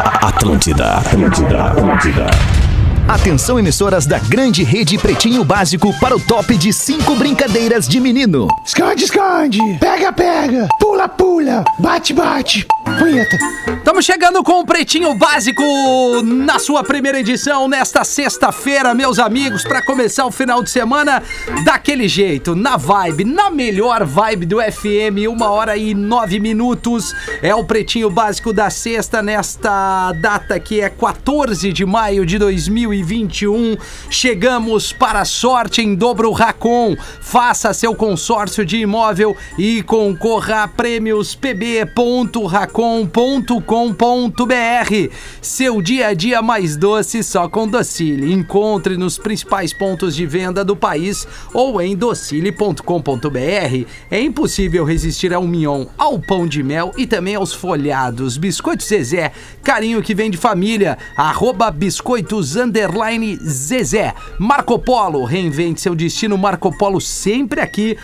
Atlântida, Atlântida, Atlântida. Atenção emissoras da grande rede Pretinho Básico para o top de cinco brincadeiras de menino. Esconde, esconde. Pega, pega. Pula, pula. Bate, bate. Punheta. Estamos chegando com o Pretinho Básico na sua primeira edição nesta sexta-feira, meus amigos, para começar o final de semana daquele jeito, na vibe, na melhor vibe do FM, uma hora e nove minutos. É o Pretinho Básico da sexta nesta data que é 14 de maio de 2021. Chegamos para a sorte em dobro Racon. Faça seu consórcio de imóvel e concorra a prêmios pb.racon.com.br. Seu dia a dia mais doce só com Docile. Encontre nos principais pontos de venda do país ou em docile.com.br. É impossível resistir ao mignon, ao pão de mel e também aos folhados. Biscoito Zezé, carinho que vem de família. Arroba biscoitos underline Zezé. Marco Polo, reinvente seu destino. Marco Polo sempre aqui.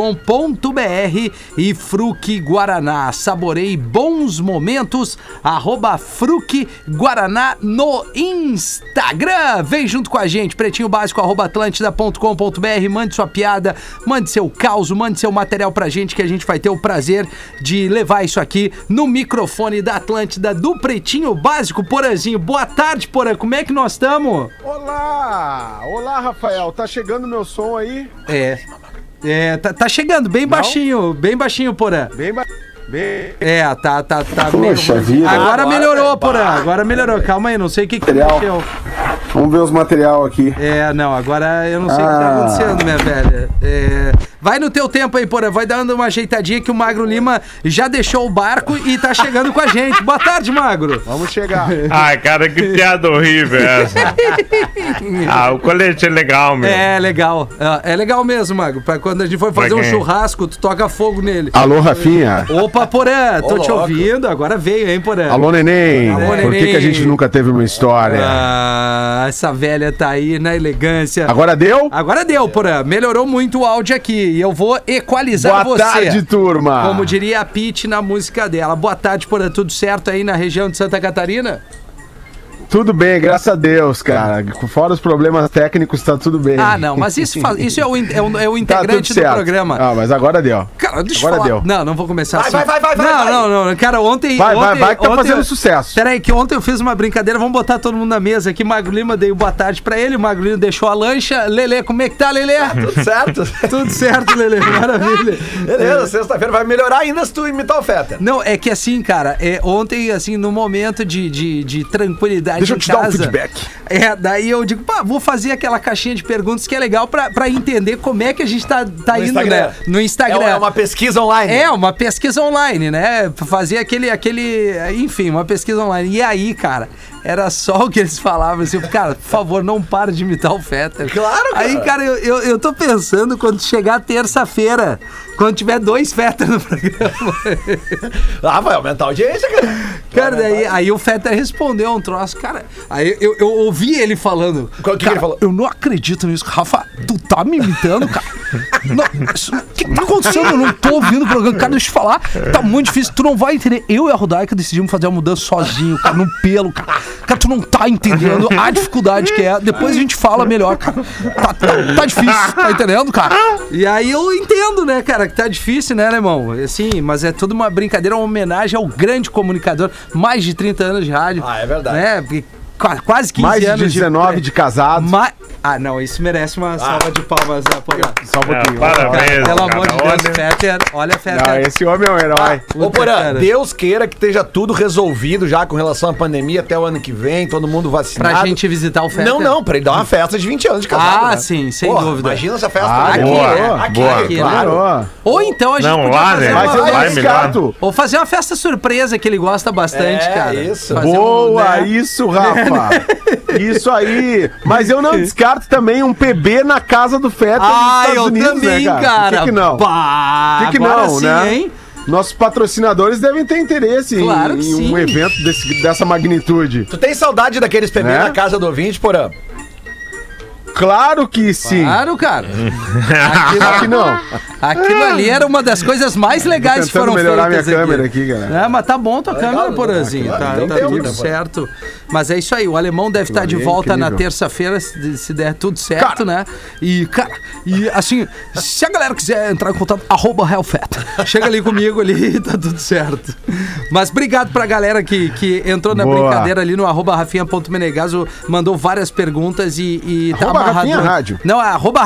marcopolo.com.br e Fruque Guaraná. Saborei bons momentos. Arroba Fruque Guaraná no Instagram. Vem junto com a gente, pretinho básico, arroba atlântida.com.br. Mande sua piada, mande seu caos, mande seu material pra gente que a gente vai ter o prazer de levar isso aqui no microfone da Atlântida do Pretinho Básico. Poranzinho, boa tarde, Porã. Como é que nós estamos? Olá! Olá, Rafael. Tá chegando meu som aí? É. É, tá, tá chegando, bem baixinho, bem baixinho, Porã. Bem, ba- bem... É, tá, tá, tá. Poxa meio- vida. Agora Agora melhorou, é Porã. barra, Agora melhorou. Calma aí, não sei o que que Material. aconteceu. Vamos ver os material aqui. É, não, agora eu não sei o que tá Ah. acontecendo, minha velha. É, vai no teu tempo aí, Porã. Vai dando uma ajeitadinha que o Magro Lima já deixou o barco e tá chegando com a gente. Boa tarde, Magro. Vamos chegar. Ai, cara, que piada horrível é essa. Ah, o colete é legal, meu. É legal. É é legal mesmo, Magro. Pra quando a gente for fazer um Pra quem? churrasco, tu toca fogo nele. Ah. Alô, Rafinha. Opa, Porã, tô te ouvindo. Agora veio, hein, Porã. Alô, neném. Alô, Por que, neném. que a gente nunca teve uma história? Ah, essa velha tá aí na elegância. Agora deu? Agora deu, Porã. Melhorou muito o áudio aqui. E eu vou equalizar Boa você. tarde, turma. Como diria a Pete na música dela. Boa tarde, Porã. Tudo certo aí na região de Santa Catarina? Tudo bem, graças a Deus, cara. Fora os problemas técnicos, tá tudo bem. Ah, não. Mas isso, faz- isso é, o, in- é o- é Tá o tudo integrante do certo. programa. Ah, mas agora deu. Cara, deixa Agora eu falar. deu. Não, não vou começar Vai, assim. vai, vai, vai, Não, vai, vai. não, não. Cara, ontem. Vai, vai, ontem- vai, que tá ontem- fazendo sucesso. Pera aí, que ontem eu fiz uma brincadeira. Vamos botar todo mundo na mesa aqui. Magro Lima, dei boa tarde pra ele. Magro Lima deixou a lancha. Lele, como é que tá, Lele? Tudo certo? Tudo certo, Lele. Maravilha. Beleza, sexta-feira vai melhorar ainda se tu imitar o Feta. Não, é que assim, cara, é, ontem, assim, no momento de, de, de tranquilidade Deixa em eu te dar um casa, feedback. É, daí eu digo, pá, vou fazer aquela caixinha de perguntas que é legal pra, pra entender como é que a gente tá, tá indo, Instagram. né? No É, Instagram. é uma pesquisa online. É, uma pesquisa online, né? Fazer aquele, aquele. Enfim, uma pesquisa online. E aí, cara, era só o que eles falavam assim, cara, por favor, não para de imitar o Fetter. Claro, cara. Aí, cara, eu, eu, eu tô pensando quando chegar terça-feira, quando tiver dois Fetter no programa. Ah, vai aumentar a audiência, cara. Cara, daí, aí o Fetter respondeu um troço, cara. Aí eu, eu ouvi ele falando. Qual que cara, ele falou? Eu não acredito nisso. Rafa, tu tá me imitando, cara. Não, isso- O que tá acontecendo? Eu não tô ouvindo o programa. Cara, deixa eu te falar. Tá muito difícil. Tu não vai entender. Eu e a Rodaica decidimos fazer a mudança sozinho, cara, no pelo, cara. Cara, tu não tá entendendo a dificuldade que é. Depois a gente fala melhor, cara. Tá, tá- tá difícil, tá entendendo, cara? E aí eu entendo, né, cara, que tá difícil, né, alemão? Assim, mas é tudo uma brincadeira, uma homenagem ao grande comunicador. Mais de 30 anos de rádio. Ah, é verdade. Né? Porque qua- Quase 15 Mais de anos 19 de casado. Ma- Ah, não, isso merece uma salva de palmas, né, pô? Só um pouquinho. Ah, parabéns. Cara, pelo amor de cara, Deus, olha. Fetter. Olha, Fetter. né? Não, esse homem é um herói. Puta, Ô, Porã, cara. Deus queira que esteja tudo resolvido já com relação à pandemia até o ano que vem, todo mundo vacinado. Pra gente visitar o Fetter. Não, não, pra ele dar uma festa de 20 anos de casado. né? Ah, sim, sem dúvida. é. Imagina essa festa. Ah, aqui, boa, né? aqui, boa. aqui, Claro. claro. Parou. Ou então a gente Não, podia lá, fazer né? uma Vai ser Vai mais melhor. gato. Ou fazer uma festa surpresa que ele gosta bastante, É, cara. isso. Fazer um, Boa, né? isso, Rafa. Isso aí. Mas eu não descarto também um PB na casa do Fetter Ah, nos eu Estados Unidos, também, né, cara? Por cara. que, que não? Bah, Por que, que agora não, sim, né? hein? Nossos patrocinadores devem ter interesse em- Claro que em, sim. um evento desse- dessa magnitude. Tu tem saudade daqueles PB Né? na casa do ouvinte, Porã? Claro que sim. Claro, cara. Claro que Aquilo, não. aquilo ali era uma das coisas mais legais que Tentando foram melhorar minha feitas câmera aqui. aqui, cara. É, mas tá bom tua câmera, Poranzinho. tá Então tá tem tudo uma. certo. Mas é isso aí, o alemão deve estar de ali é volta na incrível. terça-feira, se, se der tudo certo, né? E, cara, e assim, se a galera quiser entrar em contato, arroba Hellfat. Chega ali comigo ali, tá tudo certo. Mas obrigado pra galera que, que entrou na Boa. brincadeira ali no arroba rafinha.menegaso, mandou várias perguntas e, e tá Arroba amarrado. Rafinha Rádio. Não, é arroba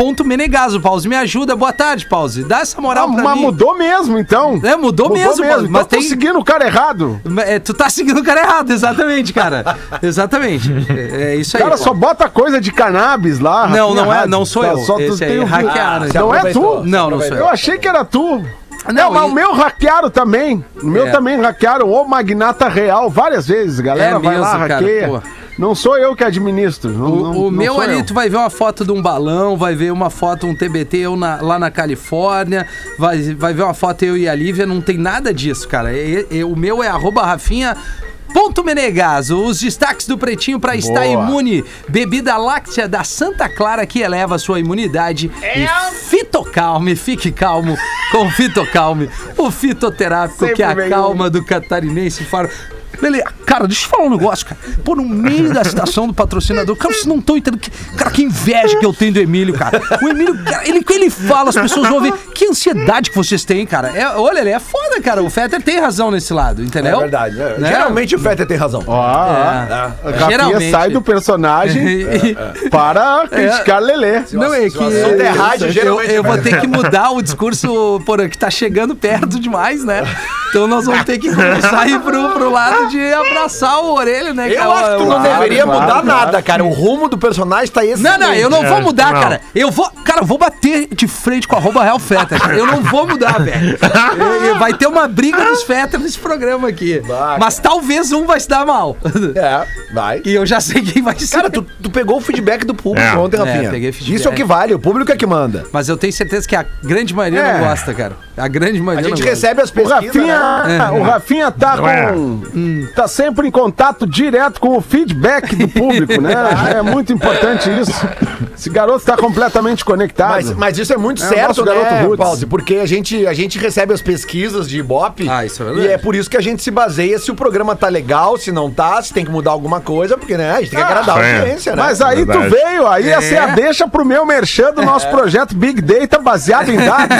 rafinha.menegaso, Pause. Me ajuda, boa tarde, Pause. Dá essa moral pra Ah, mas mim. mudou mesmo, então. É, mudou, mesmo, Pause, Mas mas então tô tem... seguindo o cara errado. Mas, é, tu tá seguindo o cara errado, exatamente, cara. exatamente. É, é isso aí. Cara, só bota coisa de cannabis lá. Não, Rafinha não é- Rádio. não sou Tá, eu. Só tu Esse aí né? tem o que- hackearam. Não é tu? Não, não sou Eu achei que era tu. Não, Não, mas e- o meu hackearam também. O meu É. também hackearam o Magnata Real várias vezes, galera. É vai lá, mesmo, cara, hackeia. pô. Não sou eu que administro. não- O, não- o não meu sou ali, eu. tu vai ver uma foto de um balão, vai ver uma foto, um TBT eu na- lá na Califórnia, vai, vai ver uma foto eu e a Lívia, não tem nada disso, cara. E- e- o meu é arroba Rafinha. Ponto Menegaso, os destaques do Pretinho para estar imune. Bebida láctea da Santa Clara que eleva a sua imunidade. E Fitocalme, fique calmo com Fitocalme, o fitoterápico que acalma do catarinense. Faro. Lele, cara, deixa eu falar um negócio, cara. Pô, no meio da citação do patrocinador, cara, vocês não estão entendendo. Que, cara, que inveja que eu tenho do Emílio, cara. O Emílio, cara, ele, ele fala, as pessoas vão ver. Que ansiedade que vocês têm, cara. É, olha, ele é foda, cara. O Fetter tem razão nesse lado, entendeu? É verdade. é. Né? Geralmente o Fetter tem razão. Ah, É. ah. Rafinha Geralmente. É. sai do personagem para criticar Lelê. Não, é que. assunto é rádio, eu- geralmente- Eu, vou ter que mudar o discurso, porra, que tá chegando perto demais, né? Então nós vamos ter que começar a ir pro, pro lado de abraçar o orelho, né? Eu cara? acho que tu não Claro, deveria claro, mudar claro. nada, cara. O rumo do personagem tá esse. Não, não, eu não vou É, mudar, não. cara. Eu vou. Cara, eu vou bater de frente com a arroba Real Fetter. cara. Eu não vou mudar, velho. Eu- eu- Vai ter uma briga dos Fetter nesse programa aqui. Bah, Mas talvez um vai se dar mal. É, vai. E eu já sei quem vai ser. Cara, tu, tu pegou o feedback do público É. ontem, É, Rafinha. peguei feedback. Isso é o que vale, o público é que manda. Mas eu tenho certeza que a grande maioria É. não gosta, cara. A grande A maioria gente não gosta. recebe as O pesquisas. né? É. Rafinha, o Rafinha tá Não é. Hum. com. Tá sempre em contato direto com o feedback do público, né? É muito importante isso. Esse garoto tá completamente conectado. Mas, mas isso é muito É o certo, nosso né, garoto Roots. Pause? Porque a gente, a gente recebe as pesquisas de Ibope. Ah, isso é verdade. E é por isso que a gente se baseia se o programa tá legal, se não tá, se tem que mudar alguma coisa, porque, né, a gente tem que agradar a é. audiência, né? Ah, Mas aí Verdade. tu veio, aí essa é a É. deixa pro meu merchan do nosso projeto Big Data baseado em dados,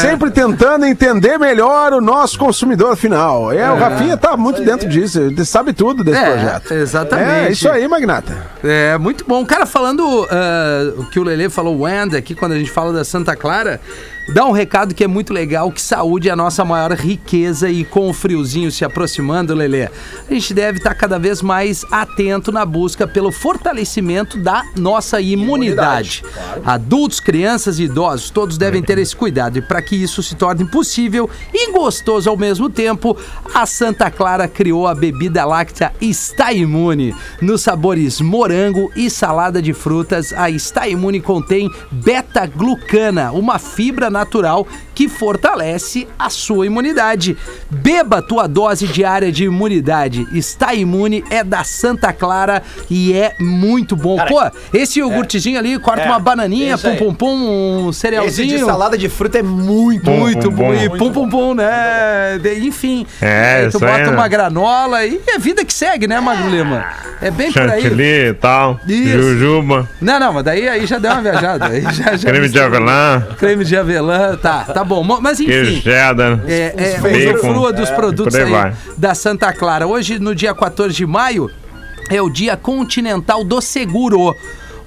sempre tentando entender melhor o nosso consumidor final. É, o Rafinha tá muito dentro disso, ele sabe tudo desse É, projeto. exatamente. É, isso aí, Magnata. É, muito bom. Cara, falando ah, o que o Lele falou, o Wanda, aqui, quando a gente fala da Santa Clara, dá um recado que é muito legal, que saúde é a nossa maior riqueza e com o friozinho se aproximando, Lele, a gente deve estar cada vez mais atento na busca pelo fortalecimento da nossa imunidade. Adultos, crianças e idosos, todos devem ter esse cuidado. E para que isso se torne possível e gostoso ao mesmo tempo, a Santa Clara criou a bebida láctea Está Imune. Nos sabores morango e salada de frutas, a Está Imune contém beta-glucana, uma fibra natural que fortalece a sua imunidade. Beba tua dose diária de imunidade. Está Imune é da Santa Clara e é muito bom. Pô, esse iogurtezinho ali, corta É. uma bananinha, Isso aí. pum-pum-pum, um Esse cerealzinho. de salada de fruta é muito, Bom, muito Muito bom, bom, e bom. pum pum pum, né? De- Enfim, É, aí tu isso bota aí, né? uma granola e é vida que segue, né, Magro Lima? É bem por aí. Chantilly e tal. Isso. Jujuba. Não, não, mas daí aí já deu uma viajada. Aí já, já Creme de avelã. Creme de avelã, tá, tá bom. Mo- Mas Queijo enfim. cheddar. É, é bacon. usufrua dos produtos por aí aí vai. da Santa Clara. Hoje, no dia 14 de maio, é o Dia Continental do Seguro.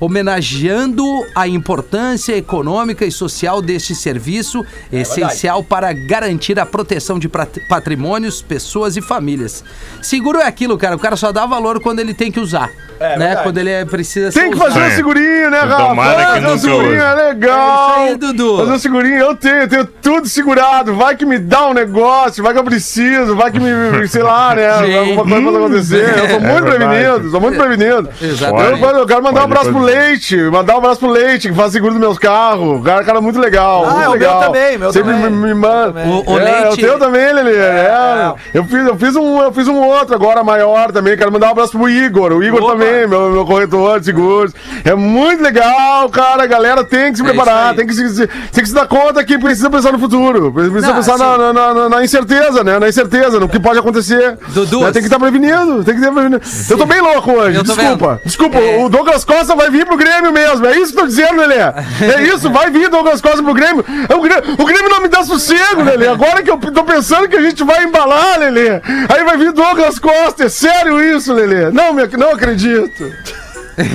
Homenageando a importância econômica e social deste serviço, essencial para garantir a proteção de pat- patrimônios, pessoas e famílias. Seguro é aquilo, cara. O cara só dá valor quando ele tem que usar. né? verdade. Quando ele é- precisa ser Tem que usado. fazer um É. segurinho, né, Rafa? Tomara que Fazer um nunca segurinho use. é legal. É isso aí, Dudu. Fazer um segurinho, eu tenho, eu tenho tudo segurado. Vai que me dá um negócio, vai que eu preciso, vai que me, sei lá, né, Gente. alguma coisa pode acontecer. Eu sou muito É verdade. prevenido, sou muito prevenido. Exatamente. Eu, eu quero mandar um Pode abraço pro Leite, mandar um abraço pro Leite, que faz seguro dos meus carros. Cara, é um cara muito legal. Ah, muito é o meu legal. também, meu Sempre também. me, me Eu manda. também. O- o É, Leite- o teu também, Lili. É. Eu, fiz, eu, fiz um, eu fiz um outro agora, maior também. Quero mandar um abraço pro Igor. O Igor Opa. também, meu, meu corretor de seguros. É muito legal, cara. A galera tem que É isso se preparar, aí. tem que se, se- tem que se dar conta que precisa pensar no futuro. Precisa Não, assim- pensar na, na, na- na incerteza, né? Na incerteza, no que pode acontecer. Dudu, Né? Tem que estar prevenido. Tem que estar prevenido. Eu tô bem louco hoje. Eu tô Desculpa, vendo. desculpa. É. O Douglas Costa vai vir pro Grêmio mesmo. É isso que eu tô dizendo, Lelê. É isso, vai vir Douglas Costa pro Grêmio. É O Grêmio, o Grêmio não me dá sossego, Lelê. Agora que eu tô pensando que a gente vai embalar, Lelê. Aí vai vir Douglas Costa. É sério isso, Lelê? Não, me ac- não acredito.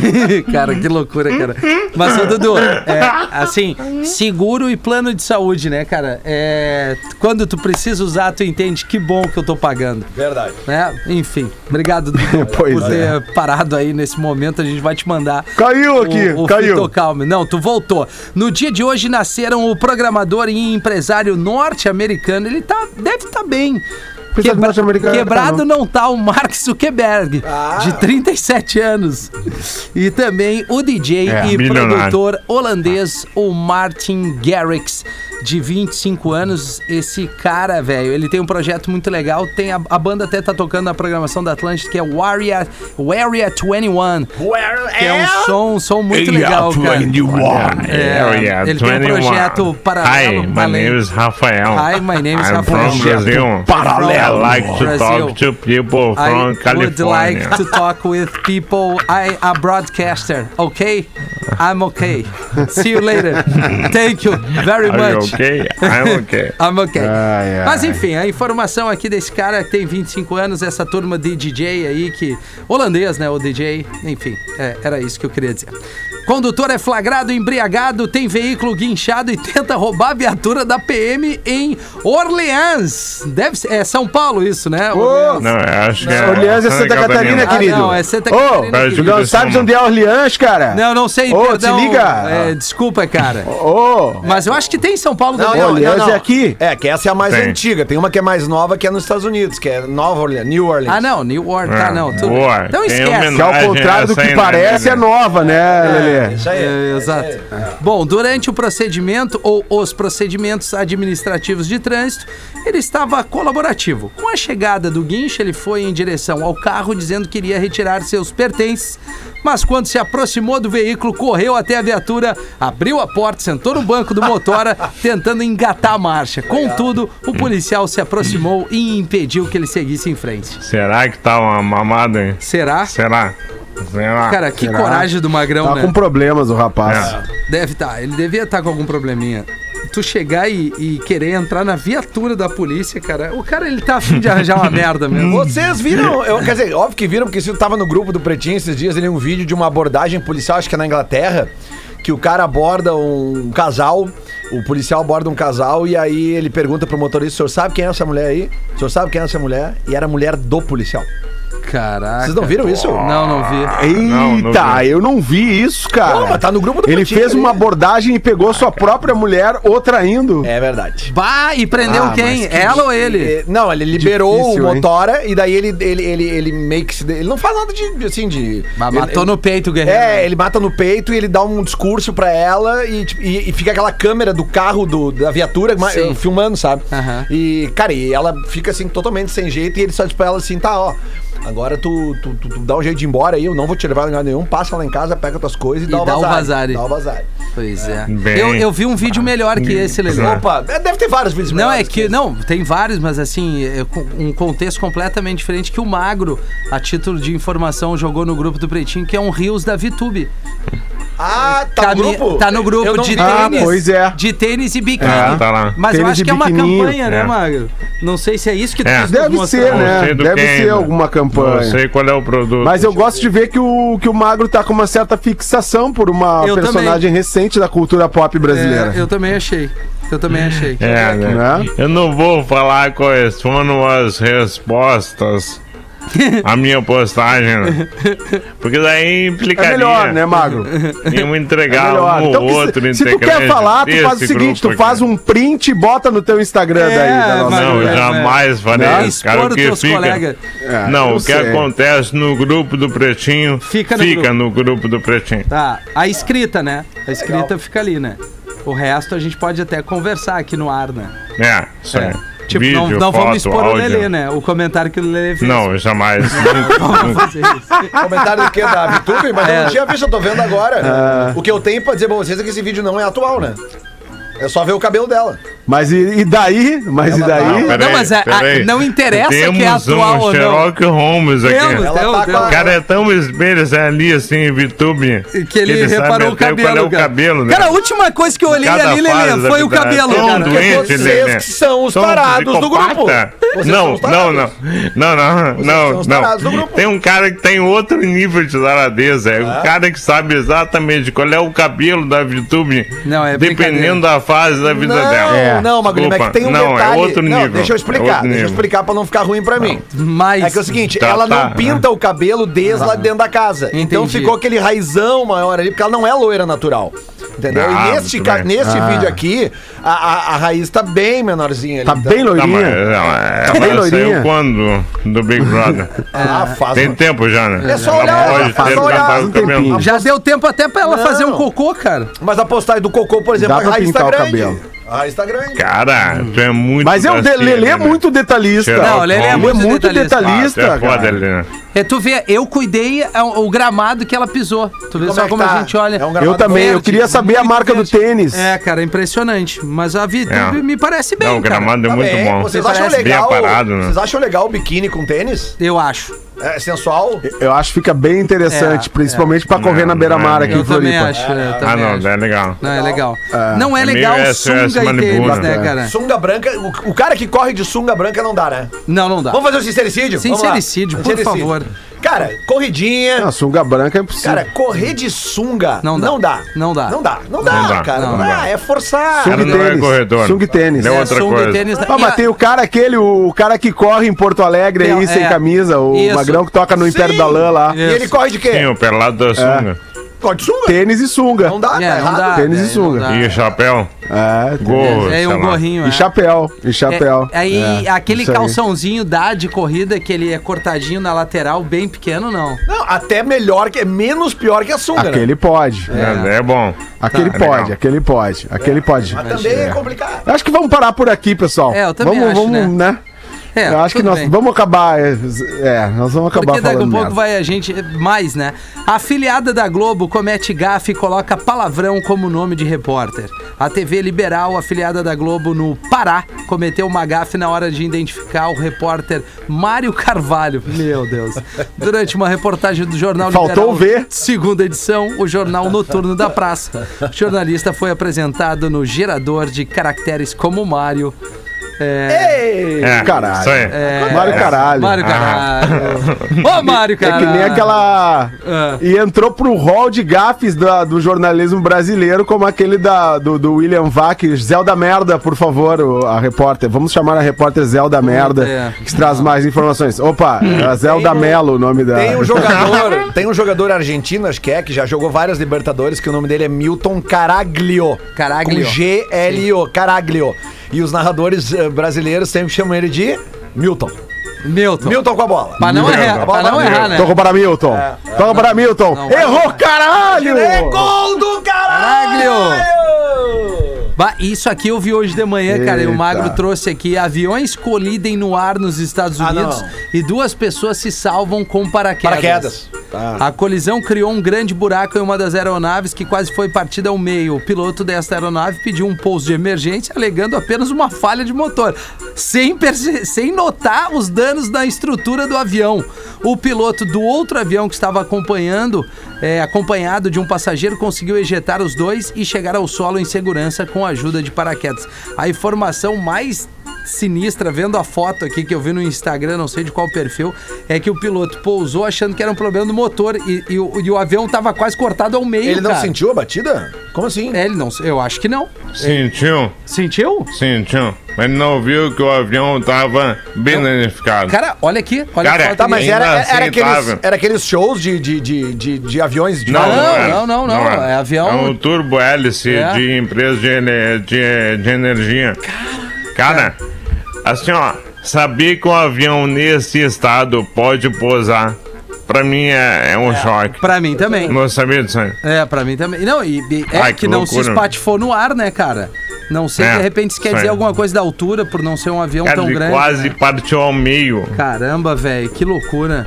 cara, que loucura, cara. Mas, ô, Dudu, é, assim, seguro e plano de saúde, né, cara? É, quando tu precisa usar, tu entende que bom que eu tô pagando. Verdade. Né? Enfim, obrigado, Dudu, Pois é. por ter parado aí nesse momento. A gente vai te mandar Caiu aqui, o, o caiu. Fitocalme. Não, tu voltou. No dia de hoje nasceram o programador e empresário norte-americano. Ele tá, deve estar bem. Empresário norte-americano, quebrado tá, não tá o Mark Zuckerberg, de 37 anos. E também o DJ É, e milionário. produtor holandês, o Martin Garrix, de 25 anos. Esse cara, velho, ele tem um projeto muito legal. Tem a, a banda até tá tocando na programação da Atlântida, que é o Area, o Area 21. Que é um som, um som muito legal, cara. É, ele tem um projeto paralelo, Hi, my além- name is Rafael. Hi, my name is I'm Rafael. From Brazil. Paralelo. I like to Brazil. talk to people I from California. would like to talk with people. I a broadcaster, okay? I'm okay. See you later. Thank you very Are you much. okay? I'm okay. I'm okay. Ai, ai. Mas enfim, a informação aqui desse cara que tem 25 anos, essa turma de DJ aí que. Holandês, né? O DJ. Enfim, é, era isso que eu queria dizer. Condutor é flagrado embriagado, tem veículo guinchado e tenta roubar a viatura da PM em Orleans. Deve ser. É São Paulo isso, né? Orleans. Não, eu acho que é. Orleans é Santa Santa Catarina, Catarina. Ah, querido. não, é Santa Ô, Catarina que Brasil. Tu não sabes onde é Orleans, cara? Não, não sei, Ô, te perdão. liga. É, desculpa, cara. Ô, Mas eu acho que tem em São Paulo também. não, ó. olha, Orleans é aqui. É, que essa é a mais Tem. antiga. Tem uma que é mais nova, que é nos Estados Unidos, que é Nova Orleans, New Orleans. Ah, não, New York. É, Ah, não. Tudo bem. boa. Então Tem esquece. um que ao Ah, contrário do essa que aí não é parece, é Lelê. nova, né, Lelê? Isso aí. É, exato. Bom, durante o procedimento ou os procedimentos administrativos de trânsito, ele estava colaborativo. Com a chegada do guincho, ele foi em direção ao carro dizendo que iria retirar seus pertences, mas quando se aproximou do veículo, correu até a viatura, abriu a porta, sentou no banco do motora, tentando engatar a marcha. Contudo, o policial se aproximou e impediu que ele seguisse em frente. Será que tá uma mamada, hein? Será? Será? Será? Cara, que coragem do magrão, Tá né? com problemas o rapaz. É. Deve estar, ele devia estar com algum probleminha. Tu chegar e, e querer entrar na viatura da polícia, cara, o cara ele tá afim de arranjar uma merda mesmo. Vocês viram, eu, quer dizer, óbvio que viram, porque isso tava no grupo do Pretinho esses dias, ele um vídeo de uma abordagem policial, acho que é na Inglaterra, que o cara aborda um casal, o policial aborda um casal e aí ele pergunta pro motorista, o senhor sabe quem é essa mulher aí? O senhor sabe quem é essa mulher? E era a mulher do policial. Caraca. Vocês Ah, não viram isso? Não, não vi. Eita, Não, não vi. eu não vi isso, cara. Pô, mas tá no grupo do Ele Pretinho fez ali. uma abordagem e pegou sua própria mulher, outra indo. É verdade. Bah, e prendeu Ah, quem? mas que Ela ou ele? É, Não, ele liberou Difícil, o hein? motora e daí ele, ele, ele, ele meio que se. de- Ele não faz nada de. Assim, de Mas ele- matou no né? peito o guerreiro. É, ele mata no peito e ele dá um discurso pra ela e, tipo, e- e fica aquela câmera do carro do- da viatura ma- Sim. filmando, sabe? Aham. E, cara, e ela fica assim totalmente sem jeito e ele só diz pra ela assim: tá, ó. Agora tu, tu, tu- tu dá um jeito de ir embora aí, eu não vou te levar a lugar nenhum, passa lá em casa, pega tuas coisas e, dá, o vazare. vazare. Dá o vazare. Pois é. Bem- Eu, eu vi um vídeo melhor que esse, Lelê. Opa, é, deve ter vários vídeos Não, é melhores que. esse. Não, tem vários, mas assim, é com- um contexto completamente diferente que o Magro, a título de informação, jogou no grupo do Pretinho, que é um Rios da VTube. Ah, tá no Cami- grupo? Tá no Eu grupo não de vi. Ah, tênis. pois é. De tênis e biquíni. É, tá lá. Mas eu Tênis acho e que é uma biquininho. campanha, né, É. Magro? Não sei se é isso que tu É. quis nos Deve mostrar. ser, Não né? sei do Deve que ser ainda. alguma Não campanha. sei qual é o produto. Mas eu gosto de ver que o, que o Magro tá com uma certa fixação por uma Eu personagem também. recente da cultura pop brasileira. É, eu também achei. Eu também achei. É, né? Né? Eu não vou falar quais foram as respostas a minha postagem. né? Porque daí implicaria É melhor, né, Magro? em um entregar Melhor. um Então, ou outro que se, se tu quer integrante falar, tu faz o desse seguinte: tu grupo faz aqui. um print e bota no teu Instagram É, daí. Da nossa Magro, Não, eu é, jamais farei Não, isso, cara. expor O os que teus fica... colegas. É, não, eu o que sei. acontece no grupo do Pretinho Fica no no grupo do Pretinho. Tá, a escrita, né? A escrita fica ali, né? O resto a gente pode até conversar aqui no ar, né? É, isso aí. É. Tipo, Vídeo, não, não foto, vamos expor o áudio. Lelê, né? O comentário que o Lelê fez. Não, jamais. Comentário do que? Da Vitube? Mas eu É. não tinha visto, eu tô vendo agora. O que eu tenho pra dizer pra vocês é que esse vídeo não é atual, né? É só ver o cabelo dela. Mas e, e daí? Mas e daí? Não, peraí, mas a- a- peraí. não interessa que é Temos atual um ou não. Sherlock Holmes aqui. Temos, Ela temos, tá temos. com O cara é tão espelho assim, ali, assim, VTube. Que ele reparou o cabelo. Qual é o cara. cabelo, né? Cara, a última coisa que eu olhei Cada ali, fase Lelê, da foi o vida é cabelo. tão cara. doente. Porque Gente, vocês Lelê. que são os São parados do grupo. psicopata? Vocês são Não, os não, parados. não. Não, não, são não, os parados do não. grupo. Ah. Tem um cara que tem outro nível de taradeza. É o cara que sabe exatamente qual é o cabelo da VTube. Não, é brincadeira. É. Dependendo da fase da vida Não, é dela. É. não, Magrinho, mas Desculpa. que tem um não, detalhe. É outro Não, nível. deixa eu É explicar, outro deixa eu nível. explicar pra não ficar ruim pra mim. Mas. É que é o seguinte, Tá, ela tá. não pinta o cabelo desde lá de dentro da casa. Então Entendi. ficou aquele raizão maior ali, porque ela não é loira natural. Entendeu? Ah, e neste, muito ca- bem. neste vídeo aqui, a, a- a raiz tá bem menorzinha ali. Tá então. bem Tá, mas, loirinha. não, bem é- ela loirinha. saiu quando do Big Brother? Ah, faz. Tem tempo já, né? É só Não olhar, pode é só ter olhar. tampado Um o cabelo. tempinho. Já deu tempo até pra ela Não. fazer um cocô, cara. Mas a postagem do cocô, por exemplo, Dá pra a raiz tá pintar o grande. cabelo. A raiz tá grande. Cara, tu é muito. Mas é o de, gracinha, Lelê é né? muito detalhista. Sherlock Não, o Lelê é Ele é Holmes. muito muito detalhista. Ah, tu detalhista, é foda, cara. Lelê. É, tu vê, eu cuidei a- o gramado que ela pisou. Tu vê Como só é que como a tá? gente olha. É um Eu gramado também, eu verde, queria saber a muito marca do verde. tênis. É, cara, é impressionante. Mas a Vitube É. me parece bem, Não, o cara. gramado é Tá muito bem. bom. Vocês Ele acham parece bem legal? aparado, né? Vocês acham legal o biquíni com tênis? Eu acho. É sensual? Eu acho que fica bem interessante, É, principalmente pra correr Não, na beira-mar não é aqui Que eu em também um Floripa. acho. eu Ah, também não, acho. é legal. Não, é legal. não é É meio legal SOS sunga e tênis, Malibu, né, né? cara? Sunga branca, o, o cara que corre de sunga branca não dá, né? Não, não dá. Vamos fazer o sincericídio? Vamos lá. Tá. Sincericídio, por favor. Cara, corridinha. A sunga branca é impossível. Cara, correr de sunga Não dá. não dá. Não dá. Não dá. Não Não dá, dá. cara. Não Não, dá. dá. É forçar. Cara, Sunga e não é tênis. corredor. Sunga e tênis. Não é É, outra sunga e coisa. tênis Ah, mas E tem a- o cara aquele, o cara que corre em Porto Alegre aí, É, sem é. camisa, o Isso. É. magrão que toca no Império da Lã lá. E ele corre de quê? Sim, o pelado É. da sunga. Corre de sunga? Tênis e sunga. Não dá, É, tá não errado. dá. Tênis e é, sunga. não dá. E chapéu. É, tem- Gorro. É, sei um lá. gorrinho, E chapéu, e chapéu. É, aí É, aquele isso aí. calçãozinho da de corrida que ele é cortadinho na lateral, bem pequeno, não. Não, até melhor, que é menos pior que a sunga, né? Aquele pode. É, é bom. Aquele Tá. pode, Legal. aquele pode, aquele pode. Mas também é complicado. Acho que vamos parar por aqui, pessoal. É, eu também vamos, acho, vamos, né? É, eu acho que tudo nós bem. vamos acabar. É, é, nós vamos acabar Porque daqui a falando. pouco merda. vai a gente mais, né? A afiliada da Globo comete gafe e coloca palavrão como nome de repórter. A TV Liberal, afiliada da Globo no Pará, cometeu uma gafe na hora de identificar o repórter Mário Carvalho. Meu Deus. Durante uma reportagem do Jornal Faltou Liberal, ver. segunda edição, o Jornal Noturno da Praça. O jornalista foi apresentado no gerador de caracteres como Mário. É, É, Caralho. Isso aí. é, Mário Caralho. Ah. Mário Caralho. Ô, Mário É Caralho. que nem aquela. Ah. E entrou pro hall de gafes da- do jornalismo brasileiro, como aquele da, do, do William Vac, Zelda Merda, por favor, o- a repórter. Vamos chamar a repórter Zelda Merda, é. que traz mais informações. Opa, é a Zelda Mello, o nome da. Tem um jogador, tem um jogador argentino, acho que é, que já jogou várias Libertadores, que o nome dele é Milton Caraglio. Caraglio. Com G-L-O, Caraglio. E os narradores eh, brasileiros sempre chamam ele de Milton. Milton. Milton com a bola. Pra não Milton. errar, pra Bola não na errar, né? Toca para Milton. Toca para Milton. não. Errou, caralho! É gol do caralho! Bah, isso aqui eu vi hoje de manhã, cara. E o Eita. Magro trouxe aqui: aviões colidem no ar nos Estados Ah, Unidos não. e duas pessoas se salvam com paraquedas. Paraquedas. A colisão criou um grande buraco em uma das aeronaves que quase foi partida ao meio. O piloto desta aeronave pediu um pouso de emergência, alegando apenas uma falha de motor, sem, perce- sem notar os danos na estrutura do avião. O piloto do outro avião que estava acompanhando, é, acompanhado de um passageiro, conseguiu ejetar os dois e chegar ao solo em segurança com a ajuda de paraquedas. A informação mais sinistra, vendo a foto aqui que eu vi no Instagram, não sei de qual perfil, é que o piloto pousou achando que era um problema do motor e, e o, e o avião tava quase cortado ao meio, Ele não cara. sentiu a batida? Como assim? É, Ele não, eu acho que não. Sentiu, Sentiu? sentiu. Mas não viu que o avião tava bem danificado. Cara, olha aqui, olha Cara, a foto Tá, mas aqui. era, Ainda era, assim, aqueles, tava. era aqueles shows de, de, de, de, de aviões de Não, é. não, não, não, é avião- É um turbo hélice É. de empresa de, ele- de, de energia. Cara, assim ó, saber que um avião nesse estado pode pousar, pra mim é, é um choque. Pra mim também. Não sabia disso aí. É, pra mim também. Não, e, e é Ai, que, que não loucura. se espatifou no ar, né, cara? Não sei, É, de repente isso quer isso dizer aí. alguma coisa da altura por não ser um avião Cara, tão ele grande. quase né? partiu ao meio. Caramba, velho, que loucura.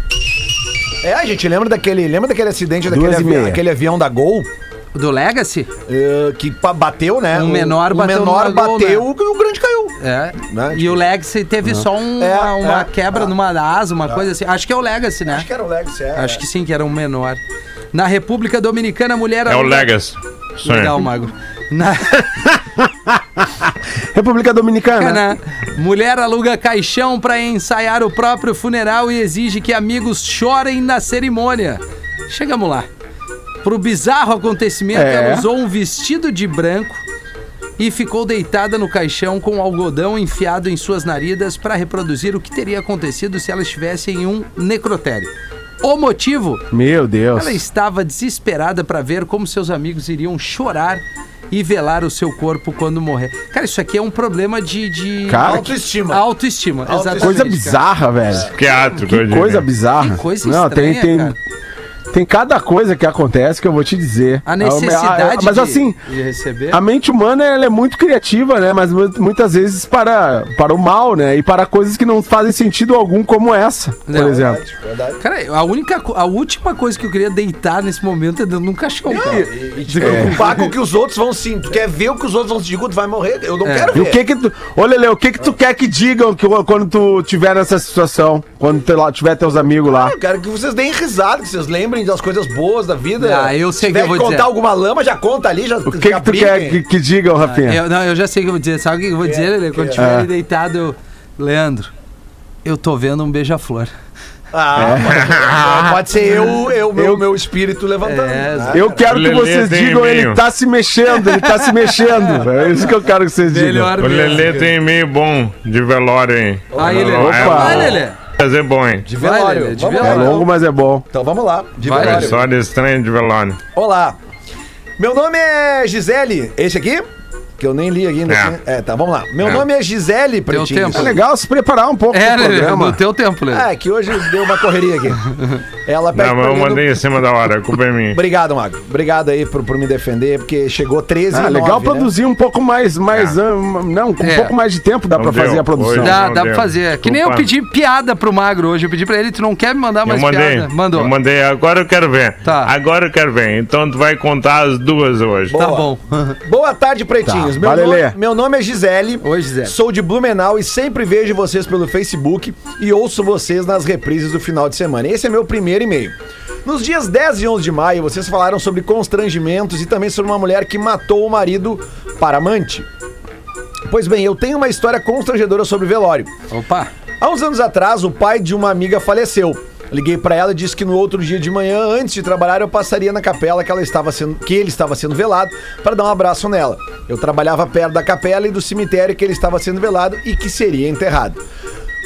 É, a gente lembra daquele, lembra daele acidente daquele Duas e avi- meia. aquele avião da Gol Do Legacy? eh, que pa- bateu, né? Um O- menor o bateu menor no da Gol, bateu e o grande caiu. É. Né, E o Legacy teve só um- É, uma, uma é. quebra numa asa, uma coisa assim. Acho que é o Legacy, né? era o Legacy, é. Acho que sim, que era um menor. Na República Dominicana, a mulher. É o aluga- Legacy. Isso aí. Legal, Mago. Na... República Dominicana. Maracanã. né? Mulher aluga caixão pra ensaiar o próprio funeral e exige que amigos chorem na cerimônia. Chegamos lá. Pro bizarro acontecimento, É. ela usou um vestido de branco e ficou deitada no caixão com um algodão enfiado em suas naridas para reproduzir o que teria acontecido se ela estivesse em um necrotério. O motivo Meu Deus. ela estava desesperada para ver como seus amigos iriam chorar e velar o seu corpo quando morrer. Cara, isso aqui é um problema de. de... Cara, Autoestima. Autoestima, exatamente. Coisa cara. bizarra, velho. Psiquiátrico, eu Que diria. coisa bizarra. Que coisa estranha, tem, cara. tem cada coisa que acontece que eu vou te dizer. É, A necessidade Mas de- assim, de receber. a mente humana ela é muito criativa, né? Mas mu- muitas vezes para, para o mal, né? E para coisas que não fazem sentido algum, como essa, por Não. exemplo. Cara, a única, co- a última coisa que eu queria deitar nesse momento é dentro de um caixão, cara. E te preocupar com o que os outros vão sentir. Tu quer ver o que os outros vão sentir, tu vai morrer. Eu não É. quero E ver. o que que tu. Ô, Lelê, o que que tu quer que digam que, quando tu tiver nessa situação? Quando tu lá- tiver teus amigos lá? Eu quero que vocês deem risada, que vocês lembrem das coisas boas da vida. Ah, eu sei Se que eu tiver vou contar dizer. alguma lama, já conta ali, já O que que tu quer que, que digam, Rafinha? Ah, Eu, não, eu já sei o que eu vou dizer. Sabe o que eu vou dizer, Lele? Quando É. tiver ali deitado, eu... Leandro, eu tô vendo um beija-flor. Ah, pode- ah, pode ser eu, eu, meu, meu espírito levantando. É, né? Eu quero que Lelê vocês tem digam, ele e-mail. tá se mexendo, ele tá se mexendo. É isso que eu quero que vocês digam. Melhor O Lelê tem meio bom de velório, hein? Aí, Lelê. É Ah, Opa. bom. Vai, Lelê. Fazer bom, hein? De Vai, velório. Lelê, de vamos É lá. velório. longo, mas é bom. Então vamos lá. De Vai, velório. Lelê. História estranha de velório. Olá. Meu nome é Gisele. Esse aqui? Que eu nem li ainda. É. assim. É, tá, vamos lá. Meu É. nome é Gisele Pretinho. né? tempo. É legal se preparar um pouco É, pro Lelê, programa. no teu tempo, Lelê. Ah, é que hoje deu uma correria aqui. Ela pede Não, mas pra eu mim mandei em cima da hora, a culpa é minha. Obrigado, Mago. Obrigado aí por, por me defender, porque chegou 13 Ah, e legal nove, né? produzir um pouco mais, mais ah, não, com um É. pouco mais de tempo dá Não pra deu. fazer a produção. Hoje. Dá, Não dá pra deu. fazer. É Que nem eu Desculpa. pedi piada pro Magro hoje. Eu pedi pra ele, tu não quer me mandar Eu mais mandei. piada? Mandou. Eu mandei, agora eu quero ver. Tá. Agora eu quero ver. Então tu vai contar as duas hoje. Tá Boa. bom. Boa tarde, pretinhos. Tá, Meu, valeu, nome, Lê. meu nome é Gisele. Oi, Gisele. Sou de Blumenau e sempre vejo vocês pelo Facebook e ouço vocês nas reprises do final de semana. Esse é meu primeiro e-mail. Nos dias 10 e 11 de maio, vocês falaram sobre constrangimentos e também sobre uma mulher que matou o marido para amante. Pois bem, eu tenho uma história constrangedora sobre velório. Opa. Há uns anos atrás, o pai de uma amiga faleceu. Liguei pra ela e disse que no outro dia de manhã, antes de trabalhar, eu passaria na capela que, ela estava sendo, que ele estava sendo velado para dar um abraço nela. Eu trabalhava perto da capela e do cemitério que ele estava sendo velado e que seria enterrado.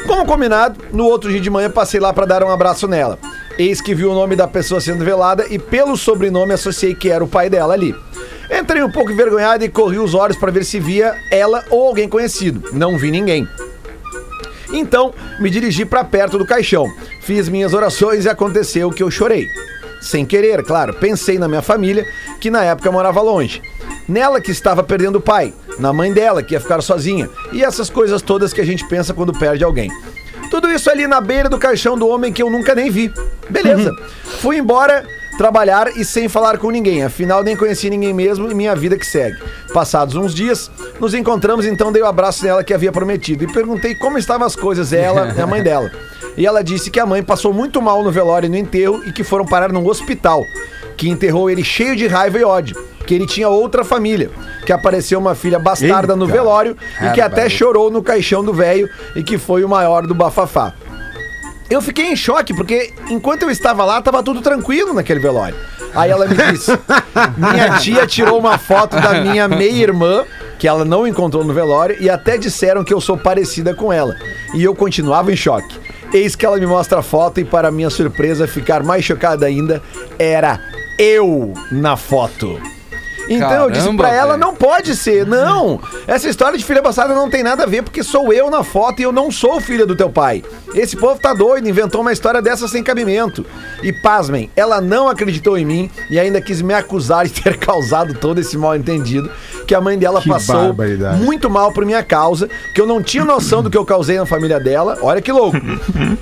Como combinado, no outro dia de manhã passei lá pra dar um abraço nela. Eis que vi o nome da pessoa sendo velada e pelo sobrenome associei que era o pai dela ali. Entrei um pouco envergonhado e corri os olhos pra ver se via ela ou alguém conhecido. Não vi ninguém. Então, me dirigi para perto do caixão. Fiz minhas orações e aconteceu que eu chorei. Sem querer, claro, pensei na minha família, que na época morava longe. Nela que estava perdendo o pai, na mãe dela que ia ficar sozinha, e essas coisas todas que a gente pensa quando perde alguém. Tudo isso ali na beira do caixão do homem que eu nunca nem vi. Beleza. Fui embora trabalhar e sem falar com ninguém. Afinal, nem conheci ninguém mesmo e minha vida que segue. Passados uns dias, nos encontramos, então dei o abraço nela que havia prometido e perguntei como estavam as coisas ela e a mãe dela. E ela disse que a mãe passou muito mal no velório e no enterro e que foram parar num hospital, que enterrou ele cheio de raiva e ódio, que porque ele tinha outra família, que apareceu uma filha bastarda no velório e que até chorou no caixão do velho e que foi o maior do bafafá. Eu fiquei em choque, porque enquanto eu estava lá, estava tudo tranquilo naquele velório. Aí ela me disse: Minha tia tirou uma foto da minha meia-irmã, que ela não encontrou no velório, e até disseram que eu sou parecida com ela. E eu continuava em choque. Eis que ela me mostra a foto, e para minha surpresa, ficar mais chocada ainda, era eu na foto. Então eu disse Caramba, pra ela, velho. não pode ser, não. Essa história de filha passada não tem nada a ver, porque sou eu na foto e eu não sou filha do teu pai. Esse povo tá doido, inventou uma história dessa sem cabimento. E pasmem, ela não acreditou em mim e ainda quis me acusar de ter causado todo esse mal entendido que a mãe dela Que passou barbaridade. muito mal por minha causa, que eu não tinha noção do que eu causei na família dela. Olha que louco.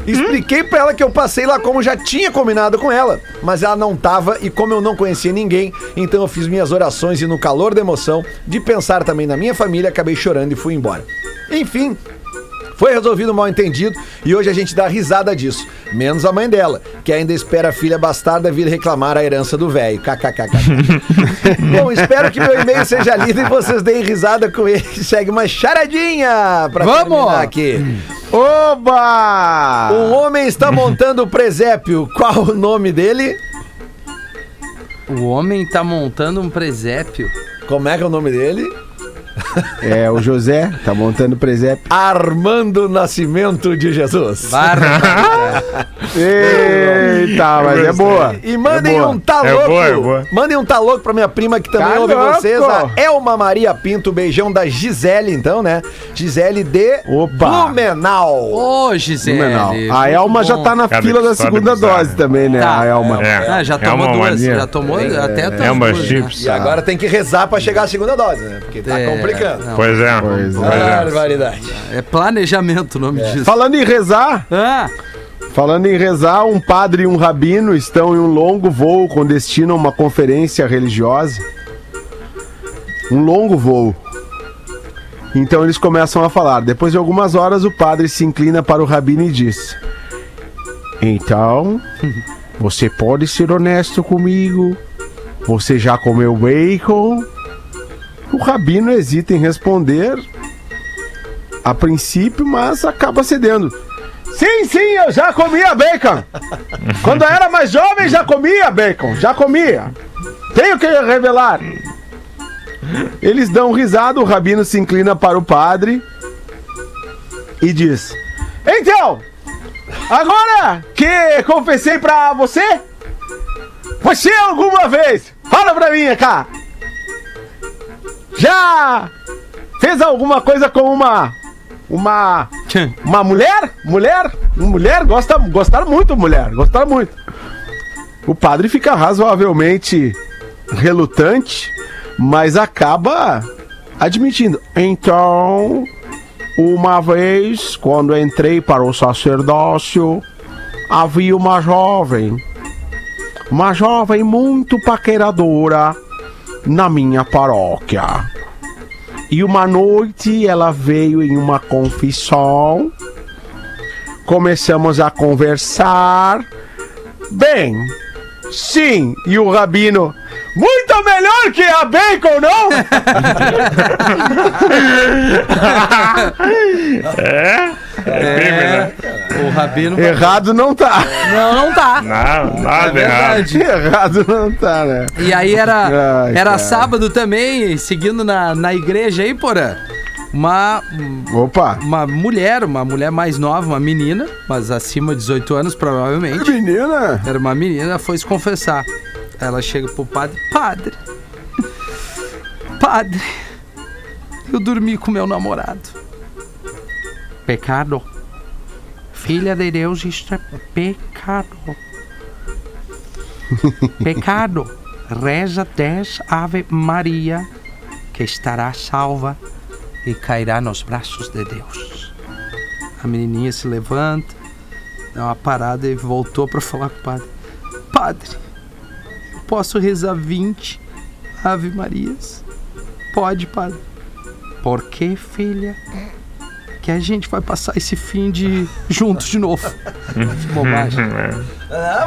Expliquei pra ela que eu passei lá como já tinha combinado com ela, mas ela não tava e como eu não conhecia ninguém, então eu fiz minhas orações e no calor da emoção, de pensar também na minha família, acabei chorando e fui embora. Enfim, foi resolvido o mal entendido e hoje a gente dá risada disso. Menos a mãe dela, que ainda espera a filha bastarda vir reclamar a herança do velho. KKKK. Bom, espero que meu e-mail seja lido e vocês deem risada com ele. Segue uma charadinha pra Vamos! terminar aqui. Oba! Um homem está montando o presépio. Qual o nome dele? O homem tá montando um presépio. Como é que é o nome dele? É, o José tá montando o presépio. Armando Nascimento de Jesus. Barra. Eita, mas é boa. E mandem boa. um tá É louco. boa, é boa. Mandem um tá louco pra minha prima que também Tá ouve louco. vocês, a Elma Maria Pinto. Beijão da Gisele, então, né? Gisele de Opa. Blumenau. Ô, Gisele. Não, muito A Elma já bom. tá na Cara, fila que da história segunda bizarra. dose também, né? Tá. A Elma. É. Ah, já É tomou uma duas. mania. Já tomou até duas. É uma duas, né? chips. E agora tem que rezar pra chegar a segunda dose, né? Porque tá É, complicando. não. Pois é. Pois Pois é. é. Barbaridade. É planejamento o nome disso. Falando em rezar, Ah, Falando em rezar, um padre e um rabino estão em um longo voo com destino a uma conferência religiosa. Um longo voo. Então eles começam a falar. Depois de algumas horas, o padre se inclina para o rabino e diz: Então, você pode ser honesto comigo? Você já comeu bacon? O rabino hesita em responder a princípio, mas acaba cedendo. Sim, sim, eu já comia bacon. Quando eu era mais jovem, já comia bacon. Já comia. Tenho que revelar. Eles dão risada, o rabino se inclina para o padre e diz: Então, agora que confessei pra você, você alguma vez, fala pra mim, cá, já fez alguma coisa com uma. Uma uma mulher? Mulher? Mulher? Gosta, gostaram muito, mulher. Gostaram muito. O padre fica razoavelmente relutante, mas acaba admitindo. Então, uma vez, quando entrei para o sacerdócio, havia uma jovem, uma jovem muito paqueradora na minha paróquia. E uma noite ela veio em uma confissão. Começamos a conversar. Bem, sim, e o rabino. Muito melhor que a bacon, não? É crime, né? o Rabino. É. Errado não tá. Não, não tá. Não, nada errado. Verdade. Errado não tá, né? E aí era, Ai, era cara. sábado também, seguindo na, na igreja aí, porã. Uma, Opa. uma mulher, uma mulher mais nova, uma menina, mas acima de 18 anos, provavelmente. Menina. Era uma menina, ela foi se confessar. Ela chega pro padre: Padre, padre, eu dormi com meu namorado. Pecado. Filha de Deus, isto é pecado. Pecado. Reza 10 Ave Maria, que estará salva e cairá nos braços de Deus. A menininha se levanta, deu uma parada e voltou pra falar com o padre. Padre, eu posso rezar 20 Ave Marias? Pode, padre. Por que, filha? que a gente vai passar esse fim de juntos de novo. Que bobagem. É.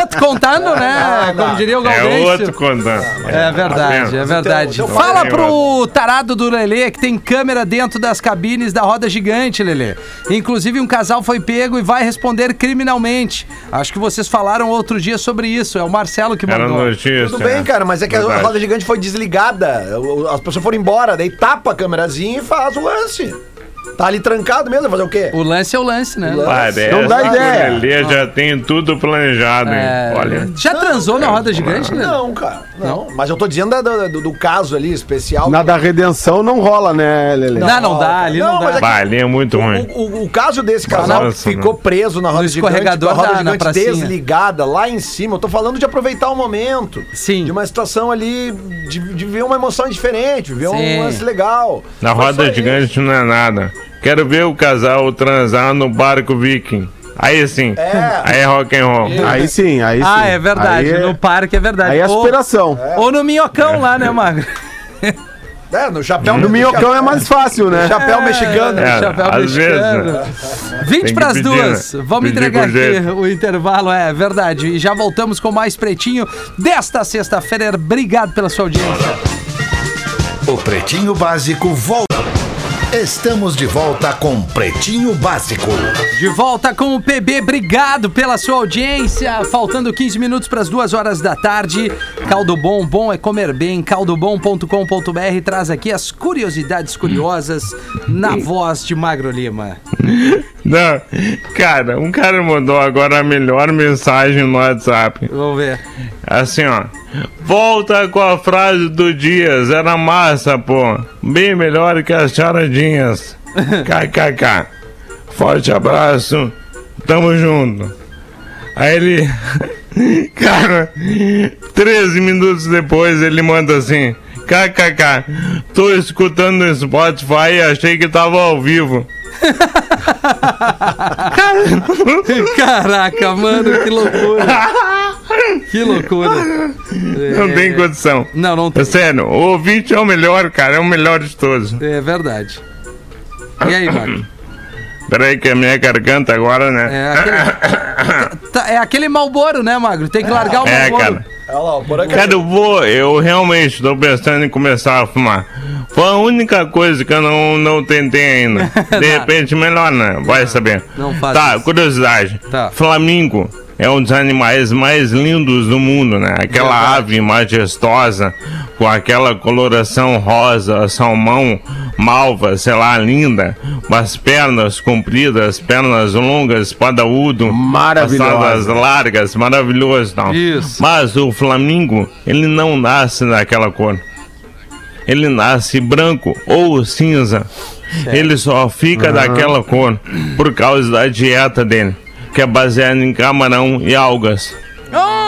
Outro contando, né? Como diria o É Galdêncio. outro contando. Tá É verdade, é verdade. Então, então Fala fala aí, pro tarado do Lelê que tem câmera dentro das cabines da roda gigante, Lelê. Inclusive, um casal foi pego e vai responder criminalmente. Acho que vocês falaram outro dia sobre isso. É o Marcelo que Era mandou. notícia. Tudo bem, né? cara, mas é que a Verdade. roda gigante foi desligada. o- As pessoas foram embora, daí tapa a câmerazinha e faz o lance. Tá ali trancado mesmo, fazer o quê? O lance é o lance, né? Parece Não dá que ideia. o Lelê já tem tudo planejado, hein? É, Olha. Já transou na roda gigante, Lelê? Não, cara, não. Mas eu tô dizendo da- da- do, do caso ali especial. Na da redenção não rola, né, Lele? Não, não dá, ali não, Não, mas dá. é Bah, ali é muito ruim. O, o- o caso desse casal Nossa, que ficou né? preso na roda No gigante, com a escorregador roda da- na gigante pracinha. desligada lá em cima. Eu tô falando de aproveitar o momento. Sim. De uma situação ali, de, de ver uma emoção diferente, ver Sim. um lance legal. Na Foi só roda isso. gigante não é nada. Quero ver o casal transar no barco viking. Aí sim. É. Aí é rock and roll. Aí sim, aí sim. Ah, é verdade. Aí é, No parque é verdade. aí é ou, aspiração. ou no minhocão lá, né, Magro? É, no chapéu. No minhocão é mais fácil, né? Chapéu mexicano. É, Chapéu às mexicano. Tem 20 que para as pedir, duas. né? Vamos Pedir entregar com aqui jeito. o intervalo, é verdade. E já voltamos com mais Pretinho desta sexta-feira. Obrigado pela sua audiência. O Pretinho Básico volta. Estamos de volta com Pretinho Básico. De volta com o PB. Obrigado pela sua audiência. Faltando 15 minutos para as duas horas da tarde. Caldo Bom, bom é comer bem. Caldobom.com.br traz aqui as curiosidades curiosas na voz de Magro Lima. Não, cara, um cara mandou agora a melhor mensagem no WhatsApp. Vamos ver. Assim, ó. Volta com a frase do Dias. Era massa, pô. Bem melhor que as charadinhas. KKK. Forte abraço. Tamo junto. Aí ele. Cara, 13 minutos depois ele manda assim: KKK. Tô escutando no Spotify e achei que tava ao vivo. Caraca, mano, que loucura. Que loucura. É. Não tem condição. Não, não É tem. sério, o ouvinte é o melhor, cara. É o melhor de todos. É verdade. E aí, Magro? Peraí que a minha garganta agora, né? É aquele, Tá- é aquele malboro, né, Magro? Tem que largar o É, malboro. cara. Olha lá, o é buraco Cara, eu vou, eu realmente tô pensando em começar a fumar. Foi a única coisa que eu não, não tentei ainda. De repente, melhor, né? Vai saber. não faz Tá, isso. curiosidade. Tá. Flamingo é um dos animais mais lindos do mundo, né? Aquela ave majestosa, com aquela coloração rosa, salmão, malva, sei lá, linda. Umas pernas compridas, pernas longas, espadaúdo. Maravilhosa. passadas largas, maravilhoso. Não. Isso. Mas o Flamengo, ele não nasce naquela cor. Ele nasce branco ou cinza. Ele só fica daquela cor por causa da dieta dele, que é baseada em camarão e algas.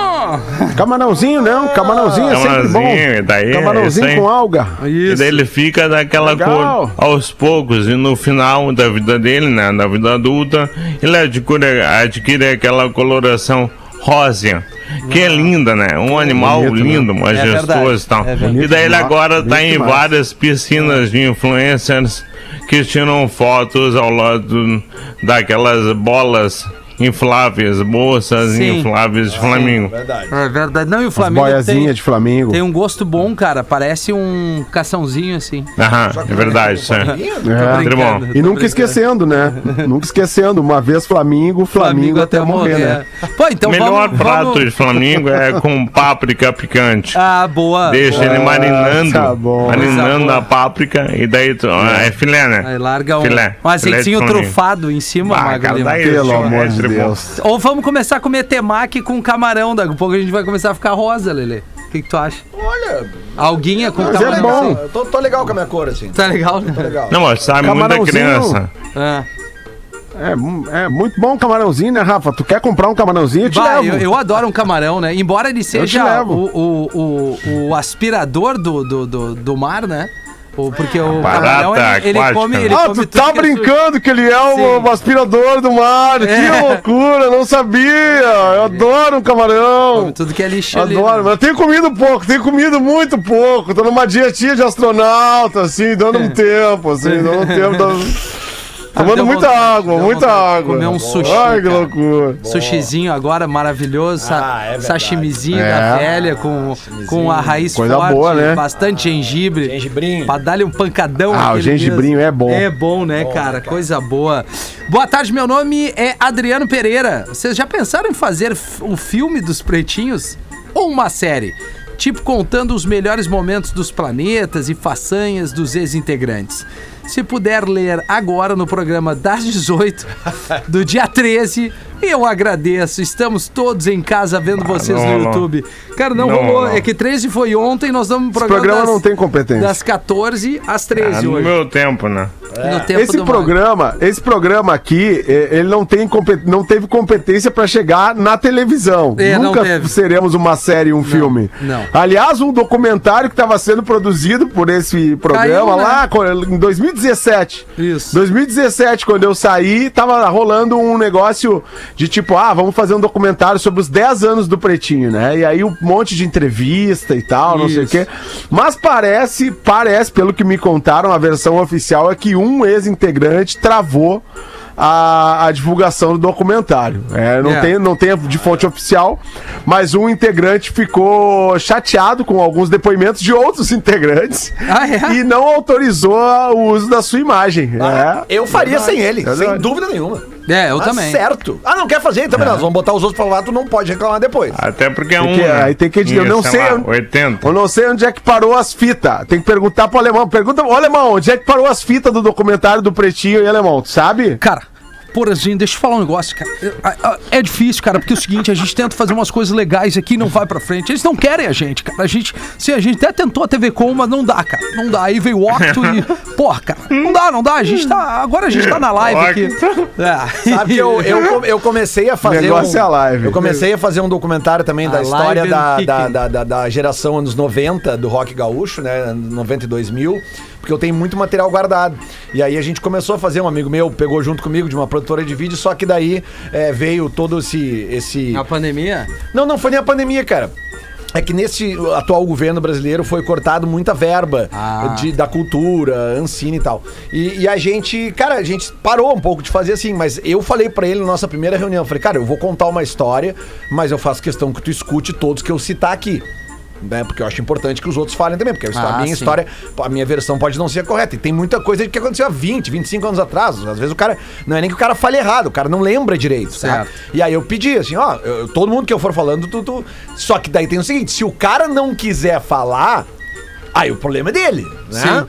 Ah! Camarãozinho não, camarãozinho é sempre bom. Camarãozinho, e daí, é isso Camarãozinho aí. com alga. E daí ele fica daquela Legal. cor aos poucos. E no final da vida dele, né, na vida adulta, ele adquire, adquire aquela coloração rosa. Que é linda, né? Um animal bonito, né? lindo, majestoso e tal. É verdade. e daí ele agora tá em demais. várias piscinas de influencers que tiram fotos ao lado daquelas bolas infláveis, bolsas Sim. infláveis de Flamengo. Verdade. É verdade. Não, e o Flamengo Boiazinha tem, de tipo- Flamengo. tem um gosto bom, cara. Parece um caçãozinho, assim. Aham, é verdade, isso aí. É. Tá bom. Brincando, E tô nunca brincando. esquecendo, né? nunca esquecendo. Uma vez Flamengo, Flamengo até morrer, né? é. Pô, então melhor vamos, prato vamos... de Flamengo é com páprica picante. Ah, boa. Deixa ele marinando, tá bom. marinando Coisa a páprica e daí tu, é filé, né? Aí larga um, Filé. um azeitinho Filé de Flamengo. trufado em cima, Ah, Magro cara, Lima. daí Pelo esse amor de mestre, pô. um né? Deus. Ou vamos começar a comer temaki com camarão. Daqui a pouco a gente vai começar a ficar rosa, Lelê. O que, que tu acha? Olha, Alguinha com Mas é camarão. bom. assim. eu tô, tô legal com a minha cor, assim. Tá legal? Tô legal. Não, mas sabe muita Camarãozinho. criança. Ah. É, mu- é muito bom o camarãozinho, né, Rafa? Tu quer comprar um camarãozinho? Eu te Bah, levo. eu, eu adoro um camarão, né? Embora ele te seja levo. o, o, o, o aspirador do, do, do, do mar, né? O- porque o Barata camarão, ele, ele aquática. come. Ele Ah, tu come tudo tá que é su- brincando que ele é o, Sim. aspirador do mar. É. Que loucura, não sabia. Eu adoro um Come camarão. tudo que é lixo. ali, Adoro, mas né? eu tenho comido pouco, tenho comido muito pouco. Tô numa dietinha de astronauta, assim, dando um tempo, assim, dando um tempo. Dando... É. Ah, Tomando deu muita vontade, água, deu muita vontade de água. comer um sushi, Ai, que cara. loucura. Sushizinho agora, maravilhoso. sa- Ah, é verdade. sashimizinho É. da velha, com, com a raiz Coisa forte, boa, né? bastante gengibri. Gengibrinho. Pra dar-lhe um pancadão. Ah, o naquele gengibrinho é bom. É bom, né, cara? Coisa boa. Boa tarde, meu nome é Adriano Pereira. Vocês já pensaram em fazer f- um filme dos pretinhos? Ou uma série? Tipo, contando os melhores momentos dos planetas e façanhas dos ex-integrantes. Se puder ler agora no programa das 18, do dia 13, eu agradeço. Estamos todos em casa vendo Ah, vocês não, no não. YouTube. Cara, não, Não, rolou. não. É que 13 foi ontem, nós damos um Esse programa. programa das- não tem competência. das 14 às 13 Ah, no hoje. meu tempo, né? É. No tempo esse do programa, esse programa aqui, é, ele não, tem compet- não teve competência pra chegar na televisão. É, não Nunca teve. seremos uma série, um filme. não. Aliás, um documentário que estava sendo produzido por esse programa Caiu, né? lá co- em 2017. Isso. 2017, quando eu saí, tava rolando um negócio de tipo, ah, vamos fazer um documentário sobre os 10 anos do Pretinho, né? E aí um monte de entrevista e tal, não sei o Isso. quê. Mas parece, parece, pelo que me contaram, a versão oficial é que um ex-integrante travou a, a divulgação do documentário. É, não, É. tem, não tem de fonte oficial, mas um integrante ficou chateado com alguns depoimentos de outros integrantes Ah, é? e não autorizou o uso da sua imagem. Ah, é. Eu faria sem ele, Verdade. sem dúvida nenhuma. É, eu Tá também. certo. Ah, não quer fazer? Então, beleza. Vamos botar os outros pra lá, tu não pode reclamar depois. Até porque é Tem um. que- né? aí tem que- eu não Sei sei, lá, eu- 80. Eu não sei onde é que parou as fitas. Tem que perguntar pro alemão. Pergunta, ô alemão, onde é que parou as fitas do documentário do Pretinho e alemão? Tu sabe? Cara, porazinho, deixa eu falar um negócio, cara. Eu- a- a- É difícil, cara, porque é o seguinte, a gente tenta fazer umas coisas legais aqui e não vai pra frente. Eles não querem a gente, cara. A gente, se a gente até tentou a TV Com, mas não dá, cara. Não dá. Aí veio o Octo e. Porra, cara. Não dá, não dá. A gente tá. Agora a gente tá na live aqui. É. Sabe que eu, eu, com- eu comecei a fazer. um Negócio é a live. Eu comecei a fazer um documentário também A da história live da, and da, kicking. da, da- da geração anos 90 do rock gaúcho, né? 92 mil. Porque eu tenho muito material guardado. E aí a gente começou a fazer, um amigo meu pegou junto comigo de uma produtora de vídeo, só que daí é, veio todo esse. esse A pandemia? não, não foi nem a pandemia, cara. É que nesse atual governo brasileiro foi cortado muita verba Ah. de- da cultura, Ancine e tal. E, e a gente, cara, a gente parou um pouco de fazer assim, mas eu falei pra ele na nossa primeira reunião, eu falei, cara, eu vou contar uma história, mas eu faço questão que tu escute todos que eu citar aqui. Né? Porque eu acho importante que os outros falem também, porque a história- Ah, a minha sim. história, a minha versão pode não ser a correta. E tem muita coisa que aconteceu há 20, 25 anos atrás. Às vezes o cara. Não é nem que o cara fale errado, o cara não lembra direito. Tá? Certo. E aí eu pedi, assim, ó, eu- todo mundo que eu for falando, tu, tu- Só que daí tem o seguinte: se o cara não quiser falar, aí o problema é dele, né? Sim.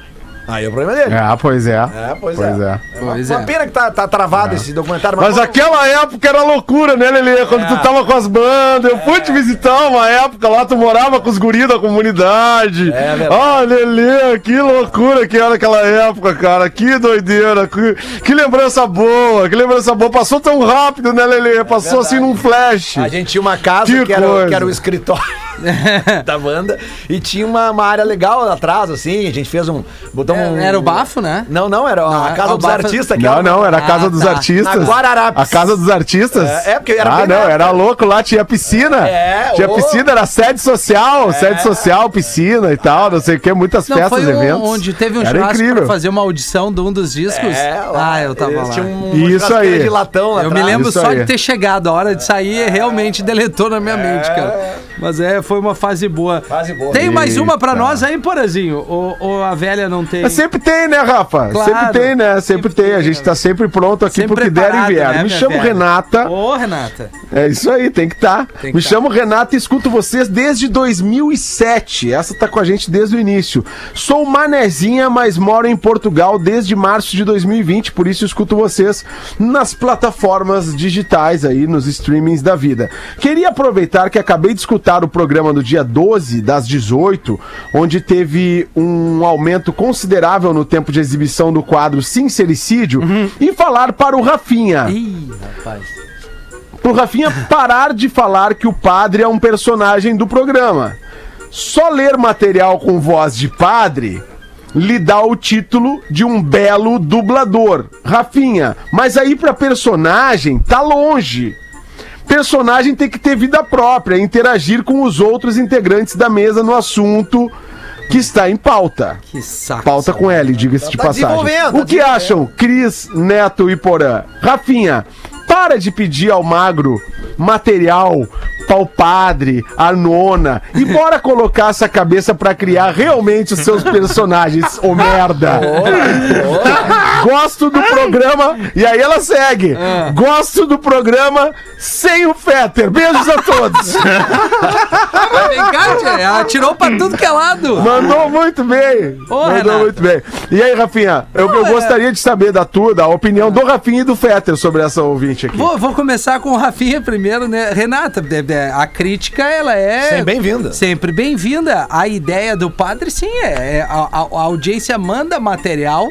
Aí o problema é dele. Ah, pois é. É, pois, Pois é. é. uma, Pois uma é. pena que tá, tá travado esse documentário, Mas vamos- É. aquela época era loucura, né, Lelê? Quando tu tava com as bandas, eu fui te visitar uma época lá, tu morava com os guris da comunidade. É verdade. ah, Lelê, que loucura que era aquela época, cara. Que doideira, que, que lembrança boa, que lembrança boa. Passou tão rápido, né, Lelê? Passou assim num flash. É A gente tinha uma casa que, Que era, o- que coisa. era o escritório da banda e tinha uma, uma área legal atrás, assim. A gente fez um. Botamos um- Era o bafo, né? Não, não, era a é- casa o dos bafo- artistas. que Não, era- não, era a Ah, Casa dos tá. Na Artistas. Guararapes. A Casa dos Artistas? É, é, porque era Ah, bem não, na- era louco lá, tinha piscina. É, tinha ô. É. piscina, era sede social, sede social, piscina e tal, não sei o que, muitas Não, festas, foi um- eventos. onde teve um Era churrasco pra incrível. fazer uma audição de um dos discos. É, lá, ah, eu tava eles lá. tinham um- Isso churrasqueira aí. de latão lá Eu me atrás. lembro Isso só aí. de ter chegado, a hora de sair realmente deletou na minha mente, cara. Mas é, foi uma fase boa. Fase boa. Tem mais uma pra Eita. nós aí, Porazinho? Ou, ou a velha não tem? Mas sempre tem, né, Rafa? Claro. sempre tem, né? Sempre, Sempre tem. tem, A gente né? tá sempre pronto aqui Sempre pro que der e preparado, vier. né, Me minha chamo velha? Renata. Ô, Renata. É isso aí, tem que estar. Tem que Me tá. chamo Renato e escuto vocês desde 2007. Essa tá com a gente desde o início. Sou manezinha, mas moro em Portugal desde março de 2020, por isso escuto vocês nas plataformas digitais aí, nos streamings da vida. Queria aproveitar que acabei de escutar o programa do dia 12 das 18, onde teve um aumento considerável no tempo de exibição do quadro Sincericídio, Uhum. e falar para o Rafinha Ih, rapaz. pro Rafinha parar de falar que o padre é um personagem do programa. Só ler material com voz de padre lhe dá o título de um belo dublador, Rafinha. Mas aí pra personagem tá longe. Personagem tem que ter vida própria, interagir com os outros integrantes da mesa no assunto que está em pauta. Que saco. Pauta com L, diga-se de Tá passagem. desenvolvendo, tá O que acham, Cris, Neto e Porã? Rafinha, para de pedir ao magro material pau padre, a nona, e bora colocar essa cabeça pra criar realmente os seus personagens, ô merda. Gosto do programa, e aí ela segue. Ah. Gosto do programa sem o Fetter. Beijos a todos. Mas vem cá, tia, ela atirou pra tudo que é lado. Mandou muito bem. Ô, Mandou Renato. muito bem. E aí, Rafinha, eu, eu é- gostaria de saber da tua, da opinião do Rafinha e do Fetter sobre essa ouvinte aqui. Vou, vou começar com o Rafinha primeiro, né? Renata, de- de- a crítica, ela é... Sempre bem-vinda. Sempre bem-vinda. A ideia do padre, sim, é... é a, a- a audiência manda material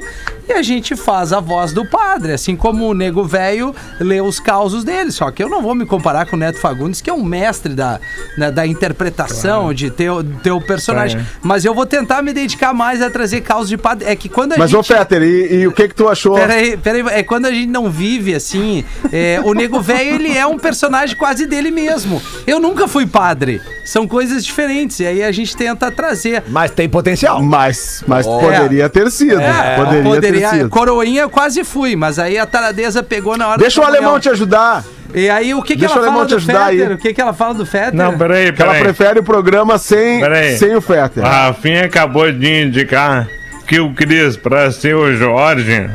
e a gente faz a voz do padre, assim como o Nego Velho lê os causos dele. Só que eu não vou me comparar com o Neto Fagundes, que é um mestre da, né, da interpretação, de ter, o- ter o personagem. Mas eu vou tentar me dedicar mais a trazer causos de padre. É que quando a Mas, gente... ô Fetter, e, e o que que tu achou? Peraí, peraí, é quando a gente não vive assim, é, o Nego Velho, ele é um personagem quase dele mesmo. Eu nunca fui padre. São coisas diferentes, e aí a gente tenta trazer. Mas tem potencial. Mas, mas poderia ter sido. É, poderia, poderia- ter sido. Coroinha eu quase fui, mas aí a taradeza pegou na hora Deixa o da alemão te comunhão. ajudar. E aí o que, que deixa ela o alemão fala te do ajudar aí. Fetter? O que, que ela fala do Fetter? Não, peraí, Que ela peraí. prefere o programa sem, Peraí. sem o Fetter. A Rafinha acabou de indicar que o Cris, pra ser o Jorge,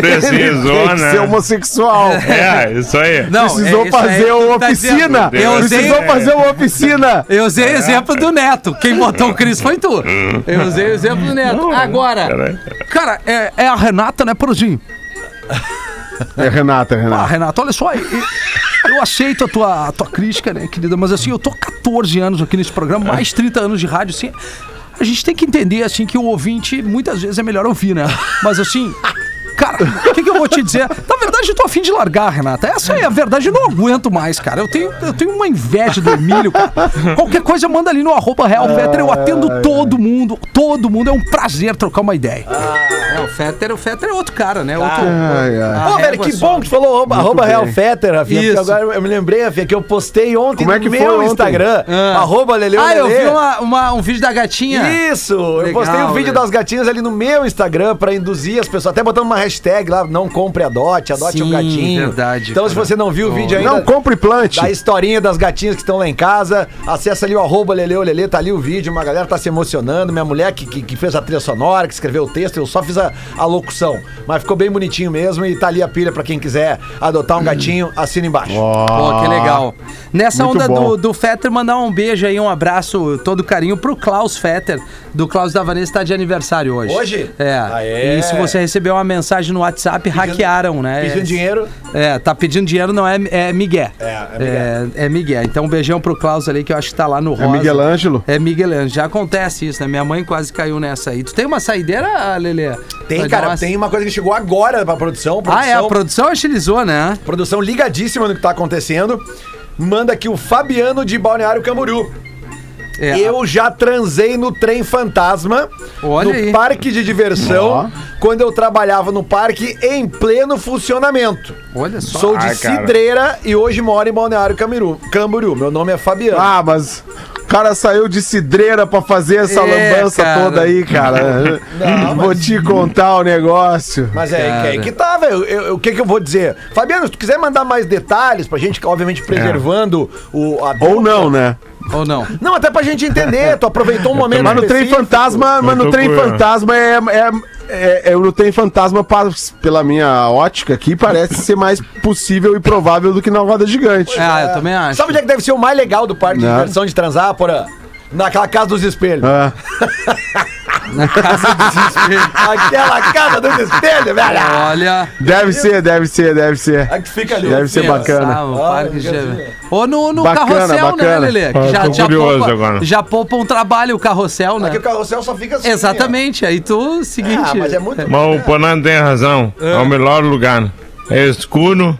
precisou, Tem que ser né? homossexual. É, isso aí. Não, Precisou é isso aí fazer que uma tu tá oficina. dizendo. É. Eu Precisou usei, fazer uma oficina. eu usei o exemplo do Neto. Quem botou o Cris foi tu. Eu usei o exemplo do Neto. Agora, Peraí. cara, é, é a Renata, né, Poruzinho? É, Renata, Ah, Renata. Renato, olha só, eu, eu aceito a tua, a tua crítica, né, querida, mas assim, eu tô 14 anos aqui nesse É. programa, mais 30 anos de rádio, assim, a gente tem que entender, assim, que o ouvinte muitas vezes é melhor ouvir, né, mas assim... Cara, o que, que eu vou te dizer? Na verdade, eu tô afim de largar, Renata. Essa é a verdade, eu não aguento mais, cara. Eu tenho, eu tenho uma inveja do Emílio, cara. Qualquer coisa, manda ali no arroba Real Fetter. Eu atendo todo mundo. Todo mundo. É um prazer trocar uma ideia. É, o Fetter, o Fetter é outro cara, né? Ai, ai. Ô, velho, que bom que tu falou arroba, arroba bem. Real Fetter, Rafinha. é Isso. Porque agora eu me lembrei, Rafinha, que eu postei ontem Como é que no foi meu ontem? Instagram. Ah. Arroba Leleu Ah, eu Lelê. vi uma- uma- um vídeo da gatinha. Isso! eu Legal, postei um vídeo né? das gatinhas ali no meu Instagram pra induzir as pessoas, até botando uma hashtag lá, não compre a dote, adote Sim, um gatinho. verdade, Então, se cara. você não viu o vídeo ainda. Não compre plante. É Da historinha das gatinhas que estão lá em casa. Acessa ali o arroba Leleu Lelê, tá ali o vídeo, uma galera tá se emocionando. Minha mulher que, que, que fez a trilha sonora, que escreveu o texto, eu só fiz a, a locução. Mas ficou bem bonitinho mesmo e tá ali a pilha pra quem quiser Hum. adotar um gatinho, assina embaixo. Pô, que legal. Nessa muito onda bom. do, do Fetter, mandar um beijo aí, um abraço, todo carinho pro Klaus Fetter, do Klaus da Vanessa, tá de aniversário hoje. Hoje? É. Ah, é? E se você recebeu uma mensagem no WhatsApp, hackearam, né? Pedindo É, dinheiro. É, tá pedindo dinheiro, não é, é Miguel. É, é é, é Miguel. Então, um beijão pro Klaus ali, que eu acho que tá lá no rosa. Miguel Ângelo? É Miguel Ângelo. Já acontece isso, né? Minha mãe quase caiu nessa aí. Tu tem uma saideira, Lelê? Tem, Pra cara, nós? tem uma coisa que chegou agora pra produção. produção Ah, é, a produção agilizou, né? Produção ligadíssima no que tá acontecendo. Manda aqui o Fabiano de Balneário Camboriú. É, Eu já transei no trem fantasma, Olha no aí. parque de diversão, Ó. quando eu trabalhava no parque em pleno funcionamento. Olha só. Sou de Ah, cara. Cidreira e hoje moro em Balneário Camboriú. Camboriú. Meu nome é Fabiano. Ah, mas o cara saiu de cidreira pra fazer essa É, lambança cara. toda aí, cara. Vou te contar o negócio. Mas é, Cara. é aí que tá, velho. Eu- eu- O que que eu vou dizer? Fabiano, se tu quiser mandar mais detalhes pra gente, obviamente preservando o... A Ou não, né? Ou não? Não, até pra gente entender. Tu aproveitou um momento Mas no trem específico. fantasma, mas no tô trem com- fantasma é. é, é, é no trem fantasma, pa- pela minha ótica aqui, parece ser mais possível e provável do que na roda gigante. Ah, eu também acho. Sabe onde é que deve ser o mais legal do parque de Não. diversão de transar, porra? Naquela casa dos espelhos. Ah, Na casa dos espelhos. Aquela casa dos espelhos, velho. Olha. deve ser, deve ser, deve ser. É que fica ali. Deve ser Pensar, bacana. o parque um de- Ou no, no Bacana, carrossel, bacana. né, Lelê? Que Ah, tô curioso poupa, agora. já poupa um trabalho o carrossel, né? Aqui o carrossel só fica assim. Exatamente. Aí tu, seguinte. ó. Ah, mas é muito. Mas o Ponan tem razão. É. o melhor lugar. É escuro né?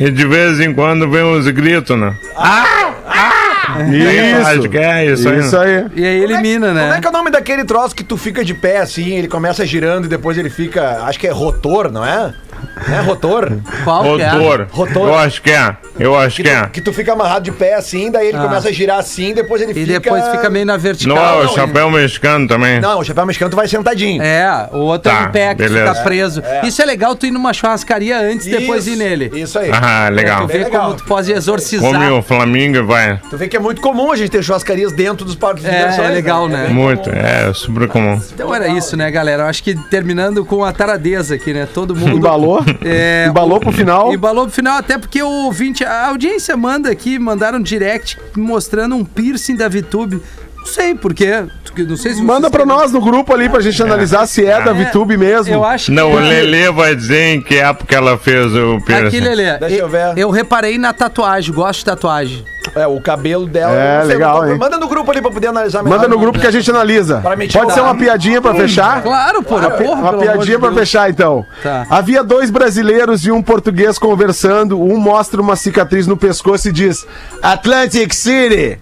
e de vez em quando vem uns gritos, né? Ah! Ah! Isso. Acho que é isso, aí. Isso aí. E aí elimina, né? Como é que é o nome daquele troço que tu fica de pé assim, ele começa girando e depois ele fica. Acho que é rotor, não é? Não é rotor? Qual que é? Rotor. Rotor. Eu acho que é. Eu acho que é. Que tu fica amarrado de pé assim, daí ele começa a girar assim, depois ele Ah. E fica. depois fica meio na vertical. Não é o Não, chapéu mexicano também. Não, o chapéu mexicano tu vai sentadinho. É, o outro é Tá, em pé que beleza. fica preso. Isso é legal tu ir numa churrascaria antes e depois ir Isso, nele. Isso aí. Ah, legal. Tu vê Bem legal. como tu pode exorcizar. Come o Flamingo e vai. Tu vê que é muito comum a gente ter churrascarias dentro dos parques de É, diversões. é legal, né? Muito. É, super comum. Então era isso, né, galera? Eu acho que terminando com a taradeza aqui, né? Todo mundo. Embalou. É, Embalou pro final. Embalou pro final, até porque o ouvinte, a audiência manda aqui, mandaram um direct mostrando um piercing da VTube. Não sei por quê. Não sei se Manda vocês pra sabem. nós no grupo ali pra gente analisar se é da É, VTube mesmo. Eu acho Não, que. o Lelê vai dizer em que época ela fez o piercing. Aqui, Lelê. Deixa eu ver. é. Eu reparei na tatuagem, gosto de tatuagem. É, o cabelo dela. É, eu não sei, legal, manda- hein? Manda no grupo ali pra poder analisar melhor. Manda no grupo que a gente analisa. Pra mentir Pode ser lá. uma piadinha pra fechar? Claro, pô, porra. Uma pelo amor de piadinha pra Deus. fechar, então. Tá. Havia dois brasileiros e um português conversando. Um mostra uma cicatriz no pescoço e diz: Atlantic City.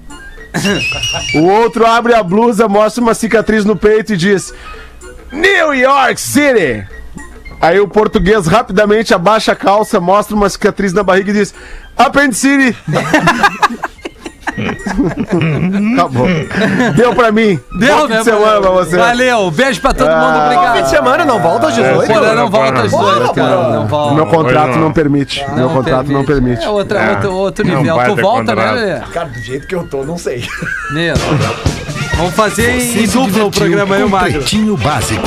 o outro abre a blusa, mostra uma cicatriz no peito e diz: New York City. Aí o português rapidamente abaixa a calça, mostra uma cicatriz na barriga e diz: Append City. Acabou. Tá Deu pra mim. Deu, Bom fim né, de semana valeu. pra você. Ah. Valeu, beijo pra todo mundo, obrigado. Fim de semana não volta às 18. É, Porã não Porã. volta às Porã, 18, cara. Não volta. Meu contrato Pois não. não, permite. Meu Não contrato não permite. É outra, É. outro, outro Não nível. vai Tu ter volta, né, contrato. Lelê? Cara, do jeito que eu tô, não sei. Mesmo. Vamos fazer em se dupla o divertiu programa aí, o com Magro. Pretinho Básico.